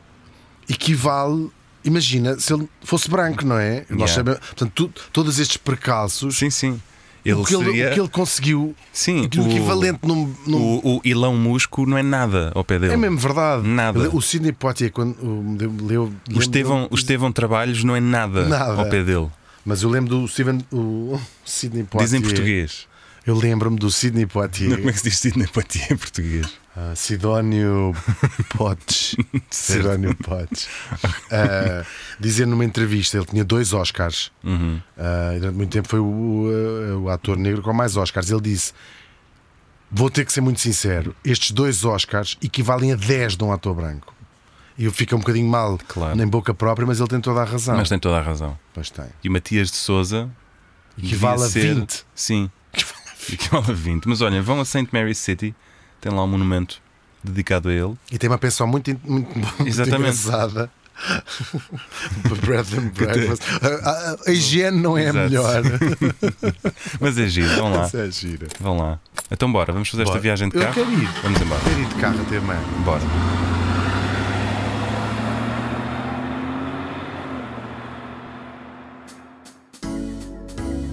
[SPEAKER 1] equivale. Imagina, se ele fosse branco, não é? Nós
[SPEAKER 2] Yeah.
[SPEAKER 1] sabemos. Portanto, tu- todos estes precalços.
[SPEAKER 2] Sim, sim. Ele,
[SPEAKER 1] o, que ele,
[SPEAKER 2] seria...
[SPEAKER 1] o que ele conseguiu.
[SPEAKER 2] Sim,
[SPEAKER 1] o, que- o
[SPEAKER 2] o-
[SPEAKER 1] equivalente num. num-
[SPEAKER 2] O, o Ilão Musco não é nada ao pé dele.
[SPEAKER 1] é mesmo verdade.
[SPEAKER 2] Nada.
[SPEAKER 1] O Sidney Poitier, quando o- deu- leu.
[SPEAKER 2] O
[SPEAKER 1] lembro-
[SPEAKER 2] Estevão, o Estevão Trabalhos não é nada,
[SPEAKER 1] Nada.
[SPEAKER 2] ao pé dele.
[SPEAKER 1] Mas eu lembro do Steven, o Sidney Poitier.
[SPEAKER 2] Dizem português.
[SPEAKER 1] Eu lembro-me do Sidney Poitier.
[SPEAKER 2] Como é que se diz Sidney Poitier em português?
[SPEAKER 1] Ah, Sidónio Potes. Sidónio Potes. Ah, dizia numa entrevista, ele tinha dois Oscars.
[SPEAKER 2] Uhum.
[SPEAKER 1] Ah, e durante muito tempo foi o, o, o ator negro com mais Oscars. Ele disse: Vou ter que ser muito sincero, estes dois Oscars equivalem a 10 de um ator branco. E eu fico um bocadinho mal,
[SPEAKER 2] Claro.
[SPEAKER 1] nem boca própria, mas ele tem toda a razão.
[SPEAKER 2] Mas tem toda a razão.
[SPEAKER 1] Pois tem.
[SPEAKER 2] E o Matias de Souza
[SPEAKER 1] Equivale a 20.
[SPEAKER 2] Sim. Equivale a 20. Mas olhem, vão a St. Mary's City, tem lá um monumento dedicado a ele.
[SPEAKER 1] E tem uma pessoa muito, in- muito, muito
[SPEAKER 2] Exatamente.
[SPEAKER 1] engraçada. Bread and breakfast. A, a- a higiene não é a
[SPEAKER 2] Exato.
[SPEAKER 1] melhor.
[SPEAKER 2] Mas é giro, vão lá.
[SPEAKER 1] Isso é gira.
[SPEAKER 2] Vão lá. Então bora, vamos fazer esta
[SPEAKER 1] Bora.
[SPEAKER 2] viagem de
[SPEAKER 1] Eu
[SPEAKER 2] carro.
[SPEAKER 1] quero ir.
[SPEAKER 2] Vamos embora.
[SPEAKER 1] Ter ido de carro até amanhã.
[SPEAKER 2] Bora.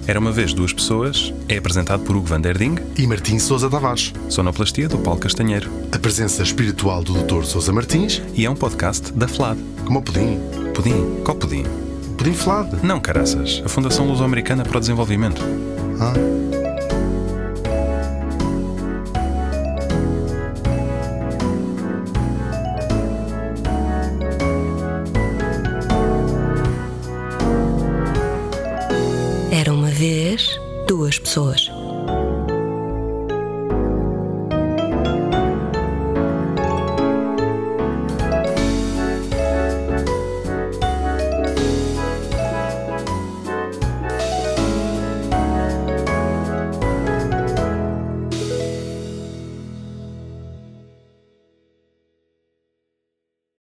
[SPEAKER 2] Era uma vez duas pessoas é apresentado por Hugo van der Ding,
[SPEAKER 1] E Martim Sousa Tavares.
[SPEAKER 2] sonoplastia do Paulo Castanheiro
[SPEAKER 1] A presença espiritual do Dr. Sousa Martins,
[SPEAKER 2] e é um podcast da FLAD.
[SPEAKER 1] como o pudim.
[SPEAKER 2] Pudim? Qual pudim?
[SPEAKER 1] Pudim flado.
[SPEAKER 2] Não, caraças. A Fundação Luso-Americana para o Desenvolvimento.
[SPEAKER 1] Ah.
[SPEAKER 4] Era uma vez duas pessoas,